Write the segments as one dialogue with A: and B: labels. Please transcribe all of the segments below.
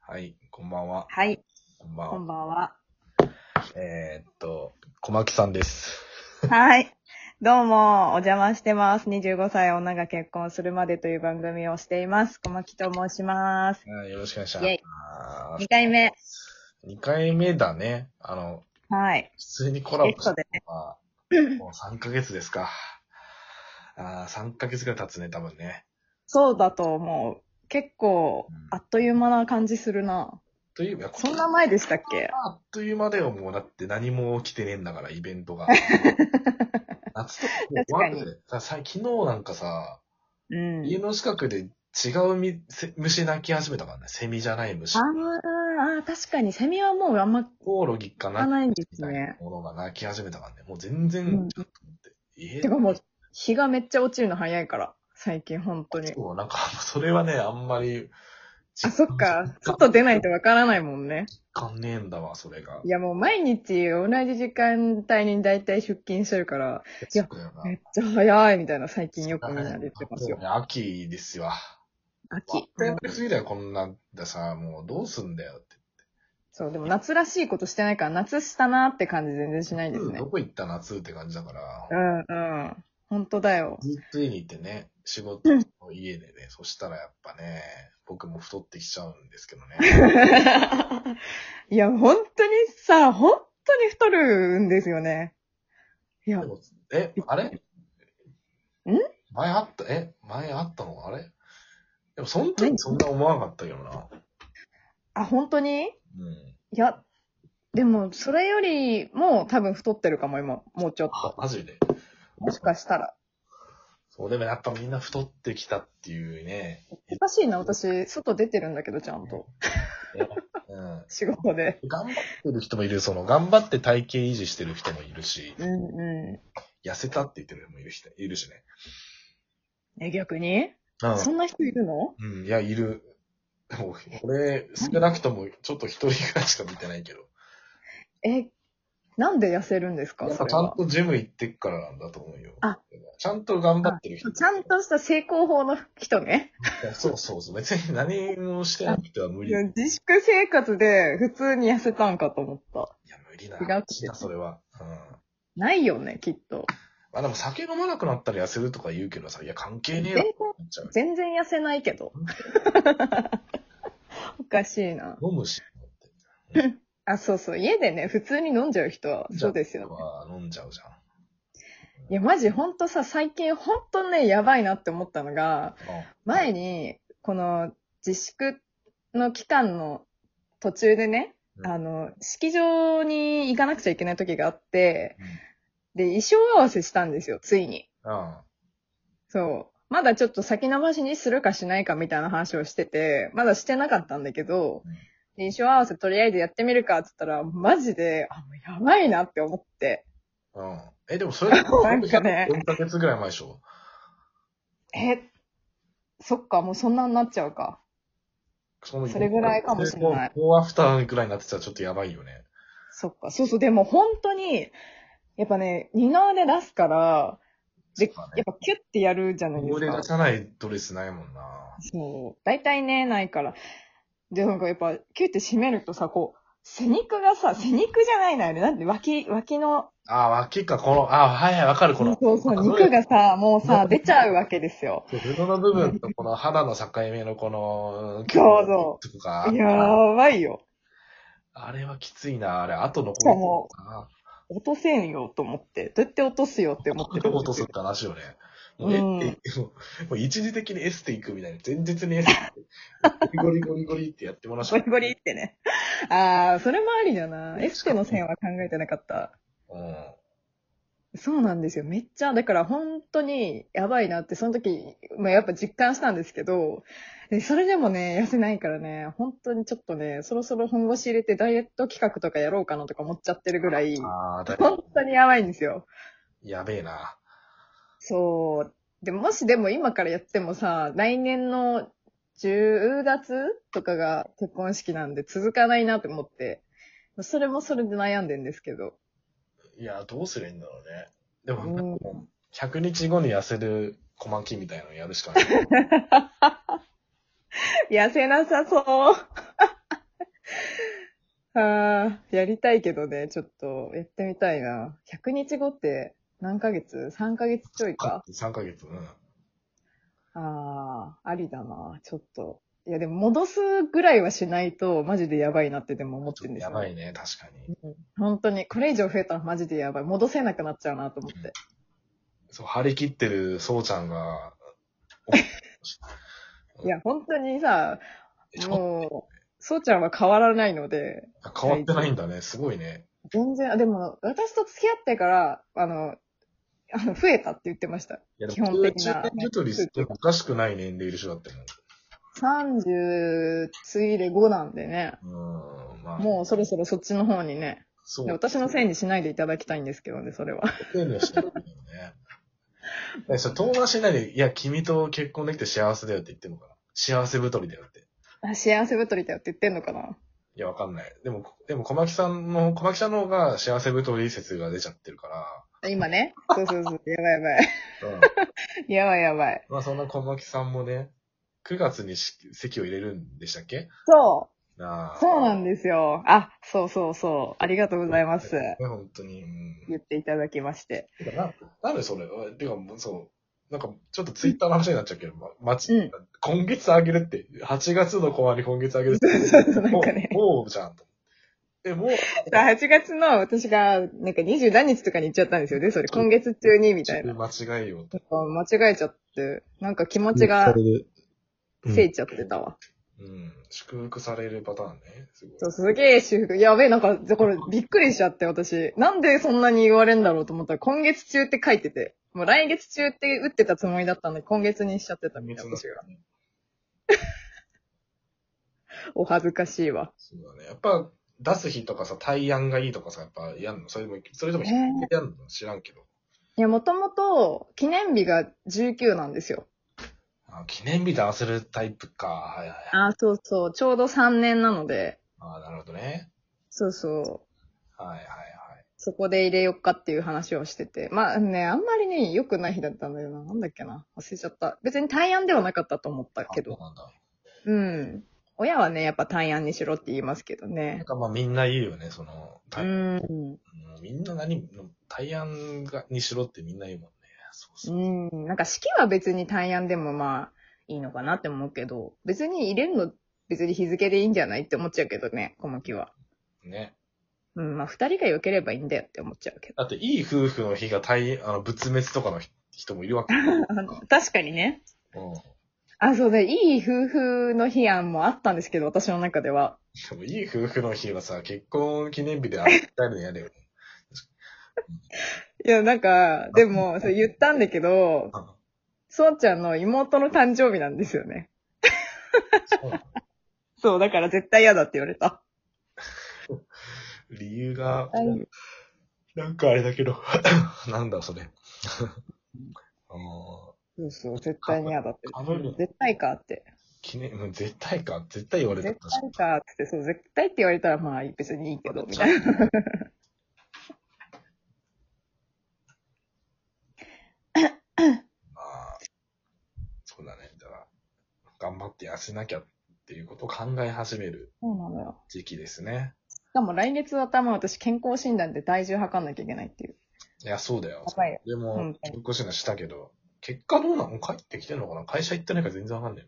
A: はい、こんばんは。
B: はい、
A: こんばん
B: こ
A: は
B: ん。ばんは。
A: えー、っと、小牧さんです。
B: はい。どうも、お邪魔してます。25歳女が結婚するまでという番組をしています。小牧と申します。
A: あーよろしくお願いし
B: イェイ
A: ます。
B: 2回目。
A: 2回目だね。あの、
B: はい。
A: 普通にコラボ
B: ゲ
A: し
B: ス
A: た
B: トでね。
A: のは、もう3ヶ月ですか。あー3ヶ月ぐらい経つね、多分ね。
B: そうだと思う。結構、あっという間な感じするな。
A: というか、こ
B: そんな前でしたっけ
A: あっという間だよ、もう。だって何も起きてねえんだから、イベントが。夏とかもう終わるぜささ昨日なんかさ、
B: うん。
A: 家の近くで違うみせ虫鳴き始めたからね。セミじゃない虫
B: あ。ーあー、確かに、セミはもうあんま
A: コオロギか
B: 聞か
A: な
B: ないんで
A: み
B: す
A: たいな
B: ね。
A: ものが鳴き始めたからね。もう全然、
B: うん
A: ちょっと思って。え
B: てかもう、日がめっちゃ落ちるの早いから、最近本当に。
A: そう、なんか、 それはね、あんまり、
B: あ、そっか。
A: 実
B: 外出ないとわからないもんね。
A: 感ねえんだわ、それが
B: い。やもう毎日同じ時間帯に大体出勤してるから、や
A: そうだよな
B: めっちゃ早いみたいな最近よくみんなで言ってますよ。
A: もうね秋ですわ。
B: 秋。
A: やりすぎだよ、こんなんださ、もうどうすんだよって。
B: そう、でも夏らしいことしてないから、夏したなって感じ全然しないですね
A: ど。こ行った夏って感じだから
B: う、んうん。本当だよ。
A: ずっと家にいてね、仕事の家でね、そしたらやっぱね、僕も太ってきちゃうんですけどね。
B: いや、本当にさ、本当に太るんですよね。いや
A: で、もえ、あれん
B: ん
A: 前あった、え、前あったのあれでも、その時そんな思わなかったけどな。
B: あ、本当にい
A: うん。
B: や、でも、それよりも多分太ってるかも、今。もうちょっ
A: あ
B: と。
A: マジで。
B: もしかしたら。
A: そう、でもやっぱみんな太ってきたっていうね。
B: おかしいな、私、外出てるんだけど、ちゃんと。
A: うん。
B: 仕事で。
A: 頑張ってる人もいる、その、頑張って体型維持してる人もいるし、
B: うんう
A: 痩せたって言ってる人もいるし、いるしね。
B: ん。え、逆に
A: うん
B: そんな人いるの
A: うん、いや、いる。でも、俺、少なくとも、ちょっと一人ぐらいしか見てないけど。
B: え、なんで痩せるんですか
A: やっ
B: そ
A: ぱ
B: れ
A: ちゃん
B: は。
A: とジム行ってっからなんだと思うよ。
B: あ
A: ちゃんと頑張ってる人。
B: ちゃんとした成功法の人ね。
A: いやそうそうそう。別に何もしてなくては無
B: い
A: 理。いや
B: や、自粛生活で普通に痩せたんかと思った。
A: 無理だ。
B: 違う
A: なそれは。うん。
B: ないよね、きっと。
A: まあでも酒飲まなくなったら痩せるとか言うけどさ、いや関係ねえ
B: 全
A: な
B: 然
A: ってなっちゃう。
B: 全然痩せないけど。おかしいな。
A: 飲むし。
B: あ、そうそう。家でね、普通に飲んじゃう人は、そうですよね。
A: は飲んじゃうじゃん。
B: いや、マジほんとさ、最近ほんとね、やばいなって思ったのが、
A: あ
B: 前に、この自粛の期間の途中でね、
A: うん
B: あの、式場に行かなくちゃいけない時があって、
A: うん
B: で、衣装合わせしたんですよ、ついに。
A: あ
B: そう。まだちょっと先延ばしにするかしないかみたいな話をしてて、まだしてなかったんだけど
A: うん、
B: で衣装合わせとりあえずやってみるかって言ったら、マジで、あ、もうやばいなって思って。
A: うん。うん。え、でもそれ、
B: なんかね
A: 4ヶ月ぐらい前でしょ。
B: え、そっか、もうそんなになっちゃうか。
A: その
B: それぐらいかもしれない
A: フォーアフターぐらいになってたらちょっとやばいよね。
B: そっか、そうそう、でも本当に、やっぱね、二の腕出すから、で、
A: そうだね
B: やっぱキュッてやるじゃないで
A: こ
B: す
A: れ出
B: か。
A: さないドレスないもんな。
B: そう。大体ね、ないから。で、なんかやっぱ、キュッて締めるとさ、こう、背肉がさ、背肉じゃないのよね。なんで脇、脇の、
A: あー、脇か、この、あー、はいはい、わかる、この。
B: そうそう、肉がさ、もう
A: う
B: さ、
A: ん
B: 出ちゃうわけですよ。
A: 布の部分とこの肌の境目のこの、
B: そうそ
A: とか
B: やばいよ。
A: あれはきついな、あれ、後の
B: しかも
A: な。
B: 落とせんよと思って。どうやって落とすよって思ってるんですよ。
A: 落とすって話よね。もう、え、
B: うん
A: えもうもう一時的にエステ行くみたいな、前日にエステ行って、ゴリゴリゴリゴリってやってもらっ
B: ゴリゴリってね。あー、それもありだな。エステの線は考えてなかった。
A: うん。
B: そうなんですよ。めっちゃ、だから本当にやばいなって、その時、まあ、やっぱ実感したんですけど、でそれでもね、痩せないからね、本当にちょっとね、そろそろ本腰入れてダイエット企画とかやろうかなとか思っちゃってるぐらい、
A: ああ、だい
B: 本当にやばいんですよ。
A: やべえな。
B: そう。で、もしでも今からやってもさ、来年の10月とかが結婚式なんで続かないなって思って、それもそれで悩んでんですけど。
A: いや、どうすりゃいいんだろうね。で
B: う
A: も、
B: ん
A: 100日後に痩せる小牧みたいなのやるしかない。
B: 痩せなさそう。 ああ、やりたいけどね、ちょっとやってみたいな。100日後って何ヶ月 ?3 ヶ月ちょいか。
A: 3ヶ月。うん。
B: ああ、ありだな、ちょっと。いや、でも戻すぐらいはしないと、マジでやばいなってでも思ってるんです
A: や
B: よ、
A: ばいね、確かに。
B: うん。本当に、これ以上増えたらマジでやばい。戻せなくなっちゃうなと思って。
A: そう、張り切ってるそうちゃんが、
B: いや、本当にさ、
A: ちょ
B: もう、そうちゃんは変わらないので、
A: 変わってないんだね、すごいね。
B: 全然、あでも、私と付き合ってから、あの、あの増えたって言ってました。
A: いや、で
B: 基
A: も、
B: 本的な
A: 中年太りっておかしくない年齢いる人だって
B: 30ついで5なんでね、
A: もん。うん、まあ。
B: もうそろそろそっちの方にね、
A: そう。
B: で私のせ
A: い。
B: いにしないでいただきたいんですけどね、それは。
A: 丁寧にしてるよね。 だからそれ遠回しにないで、いや、君と結婚できて幸せだよって言ってるのかな。幸せ太りだよって。
B: あ幸せ太りだよって言ってんのかない
A: や、わかんない。でも、でも、小牧さんの、小牧さんの方が幸せ太り説が出ちゃってるか
B: 今ね。そうそうそう。やばいやばい。
A: ら。うん。
B: やばいやばい。
A: まあ、そんな小牧さんもね、9月にし席を入れるんでしたっけ
B: そ
A: あ
B: う。
A: あ。
B: そうなんですよ。あ、そうそうそう。ありがとうございます。
A: ね、本当に。うん
B: 言っていただきまして。
A: てかな、なんでそれてか、もうそう、なんか、ちょっとツイッターの話になっちゃうけど、ま、まち、
B: うん
A: 今月あげるって、8月の後半に今月あげるって、
B: そう そう、なんかね。
A: もう、もうじゃんと。え、もう、
B: さ8月の私が、なんか20何日とかに行っちゃったんですよね。それ今月中にみたいな。
A: 間違いよ。
B: なんか間違えちゃって、なんか気持ちが
A: うん
B: せいちゃってたわ。
A: うん。祝福されるパターンね。すごい。
B: そう、すげえ修復。やべえ、なんか、だからびっくりしちゃって、私。なんでそんなに言われんだろうと思ったら、今月中って書いてて。もう来月中って打ってたつもりだったので、今月にしちゃってたみたいな。私が。お恥ずかしいわ。
A: そうだね。やっぱ、出す日とかさ、対案がいいとかさ、やっぱやんのそれでも、それでも
B: え
A: や
B: ー
A: んの知らんけど。
B: いや、もともと、記念日が19なんですよ。
A: あ記念日で合わせるタイプか。はいはいはい。
B: ああ、そうそう。ちょうど3年なので、
A: ああ、なるほどね。
B: そうそう。
A: はいはいはい。
B: そこで入れよっかっていう話をしてて。まあね、あんまりね、良くない日だったんだよな。なんだっけな。忘れちゃった。別に対案ではなかったと思ったけ
A: あ
B: ど。
A: そうなんだ。
B: うん。親はね、やっぱ対案にしろって言いますけど
A: なん
B: ね。
A: かまあみんな言うよね、その、
B: う
A: た
B: ん。
A: もうみんな何、対案がにしろってみんな言うもんね。そうそう。
B: うん。なんか式は別に対案でもまあ、いいのかなって思うけど、別に入れるの別に日付でいいんじゃないって思っちゃうけどね、小牧は。
A: ね。
B: うん、まあ二人が良ければいいんだよって思っちゃうけど。
A: だっていい夫婦の日が対、あの、仏滅とかの人人もいるわけ。
B: 確かにね。
A: うん。
B: あ、そうで、いい夫婦の批案もあったんですけど、私の中では。
A: でもいい夫婦の日はさ、結婚記念日であったるの嫌だよね。
B: いや、なんか、でも、そう言ったんだけど、
A: うん
B: そうちゃんの妹の誕生日なんですよね。
A: そうなの
B: そう、だから絶対嫌だって言われた。
A: 理由が、なんかあれだけど、 なんだそれ。あの
B: そうそう、絶対に嫌だって
A: かぶる。
B: 絶対かって。
A: 記念、もう絶対か、絶対言われた
B: 絶
A: 確かに
B: 対かって、そう、絶対って言われたら、まあ別にいいけど、みたいな。
A: まあ、そうだね。だから、頑張って痩せなきゃっていうことを考え始める
B: そうなのよ。
A: 時期ですね。
B: しかも来月は多分私健康診断で体重測んなきゃいけないっていう。
A: いや、そうだよ。
B: やばいよ
A: で
B: う
A: も
B: ん、
A: 健康診断したけど、結果どうなの帰ってきてんのかな会社行ってないから全然わかんね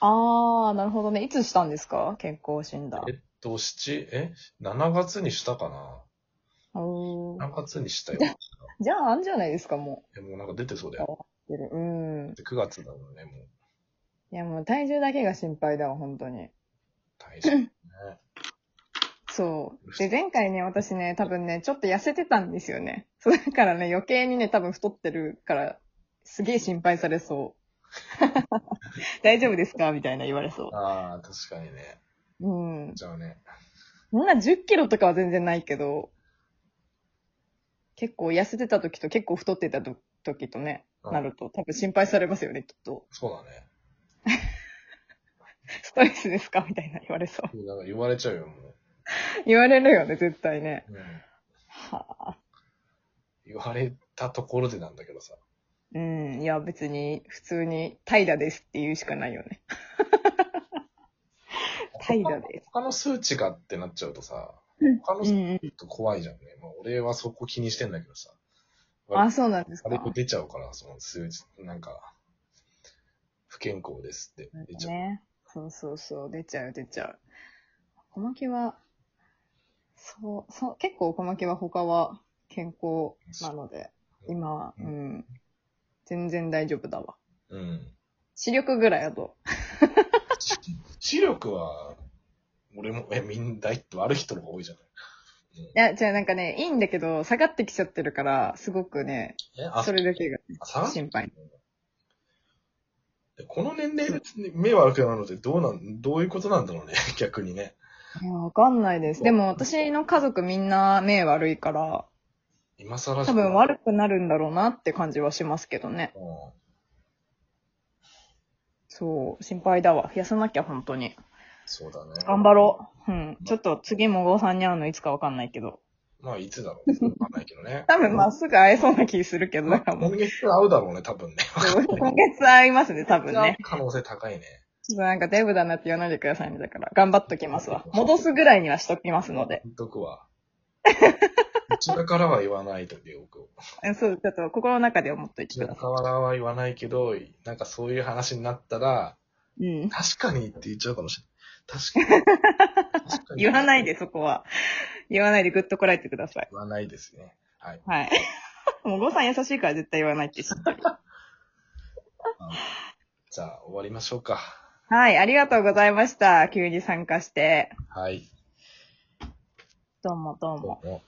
B: あー、なるほどね。いつしたんですか健康診
A: え
B: 断
A: な。え。っと、七、え ?7 月にしたかな
B: うーん
A: ?7 月に したよ。
B: じゃあ、あんじゃないですか、も
A: でもうなんか出てそうだよ。
B: う。うん。
A: 9月だもんね、もう。
B: いや、もう体重だけが心配だわ、本当に。
A: 大事、 ね。
B: そう。で、前回ね、私ね、多分ね、ちょっと痩せてたんですよね。 そう、だからね、余計にね、多分太ってるから、すげえ心配されそう。 大丈夫ですかみたいな言われそ
A: ああ、確かにね。
B: う。うん。
A: じゃあね。
B: そんな10キロとかは全然ないけど、結構痩せてた時と結構太ってたと時とね、
A: うん
B: なると多分心配されますよね、きっと。
A: そうだね。
B: ストレスですかみたいな言われそう。
A: なんか言われちゃうよ、もう。
B: 言われるよね、絶対ね。
A: うん、
B: はあ。
A: 言われたところでなんだけどさ。
B: うん、いや別に普通に怠惰ですって言うしかないよね。怠惰です。
A: 他の数値がってなっちゃうとさ、他の
B: うん
A: 人
B: うん。
A: と怖いじゃんね。まあ、俺はそこ気にしてんだけどさ。
B: あ、そうなんです
A: あ
B: か
A: れ。出ちゃうから、その数字、なんか、不健康ですって
B: なん
A: 出
B: か
A: ちゃう。
B: ね。そうそうそう、出ちゃう出ちゃう。小牧は、そう、そう、結構小牧は他は健康なので、今は、
A: う
B: うんん。全然大丈夫だわ。
A: うん。
B: 視力ぐらいあと。
A: 視力は、俺も、え、みんな大って悪い人の方が多いじゃない。
B: いや、じゃあなんかね、いいんだけど、下がってきちゃってるから、すごくね、
A: え、あ、
B: それだけが
A: さ
B: 心配。
A: この年齢で目悪くなるのってどうなん、どういうことなんだろうね、 逆にね。
B: いや、わかんないです。でも私の家族みんな目悪いから、
A: 今更
B: 多分悪
A: く。
B: くなるんだろうなって感じはしますけどね。
A: うん
B: そう、心配だわ。増やさなきゃ、本当に。
A: そうだね。
B: 頑張ろう。うん。ちょっと次も郷さんに会うのいつかわかんないけど。
A: う。まあ、いつだろう。わかんないけど ね。
B: 多分まっすぐ会えそうな気するけど、
A: ま
B: だ
A: あ
B: からもう。
A: 今月会うだろうね、多分ね。
B: 今月会いますね、多分ね。
A: 可能性高いね。
B: ちょっとなんかデブだなって言わないでくださいね。だから、頑張っときますわ。戻すぐらいにはしときますので。
A: 言っとく わ。こちらからは言わないとでおく。こ
B: えそう、ちょっと心の中で思っといて
A: ち
B: く
A: ら
B: ださ
A: からは言わないけど、なんかそういう話になったら、
B: い。うん。
A: 確かにって言っちゃうかもしれない。確かに。確かに
B: 言わないで、そこは。言わないでぐっとこらえてください。
A: 言わないですね。はい。
B: はい。 もう、ゴーさん優しいから絶対言わないって知ってる。
A: じゃあ、終わりましょうか。
B: はい、ありがとうございました。急に参加して。
A: はい。
B: どうもどうも。
A: どうも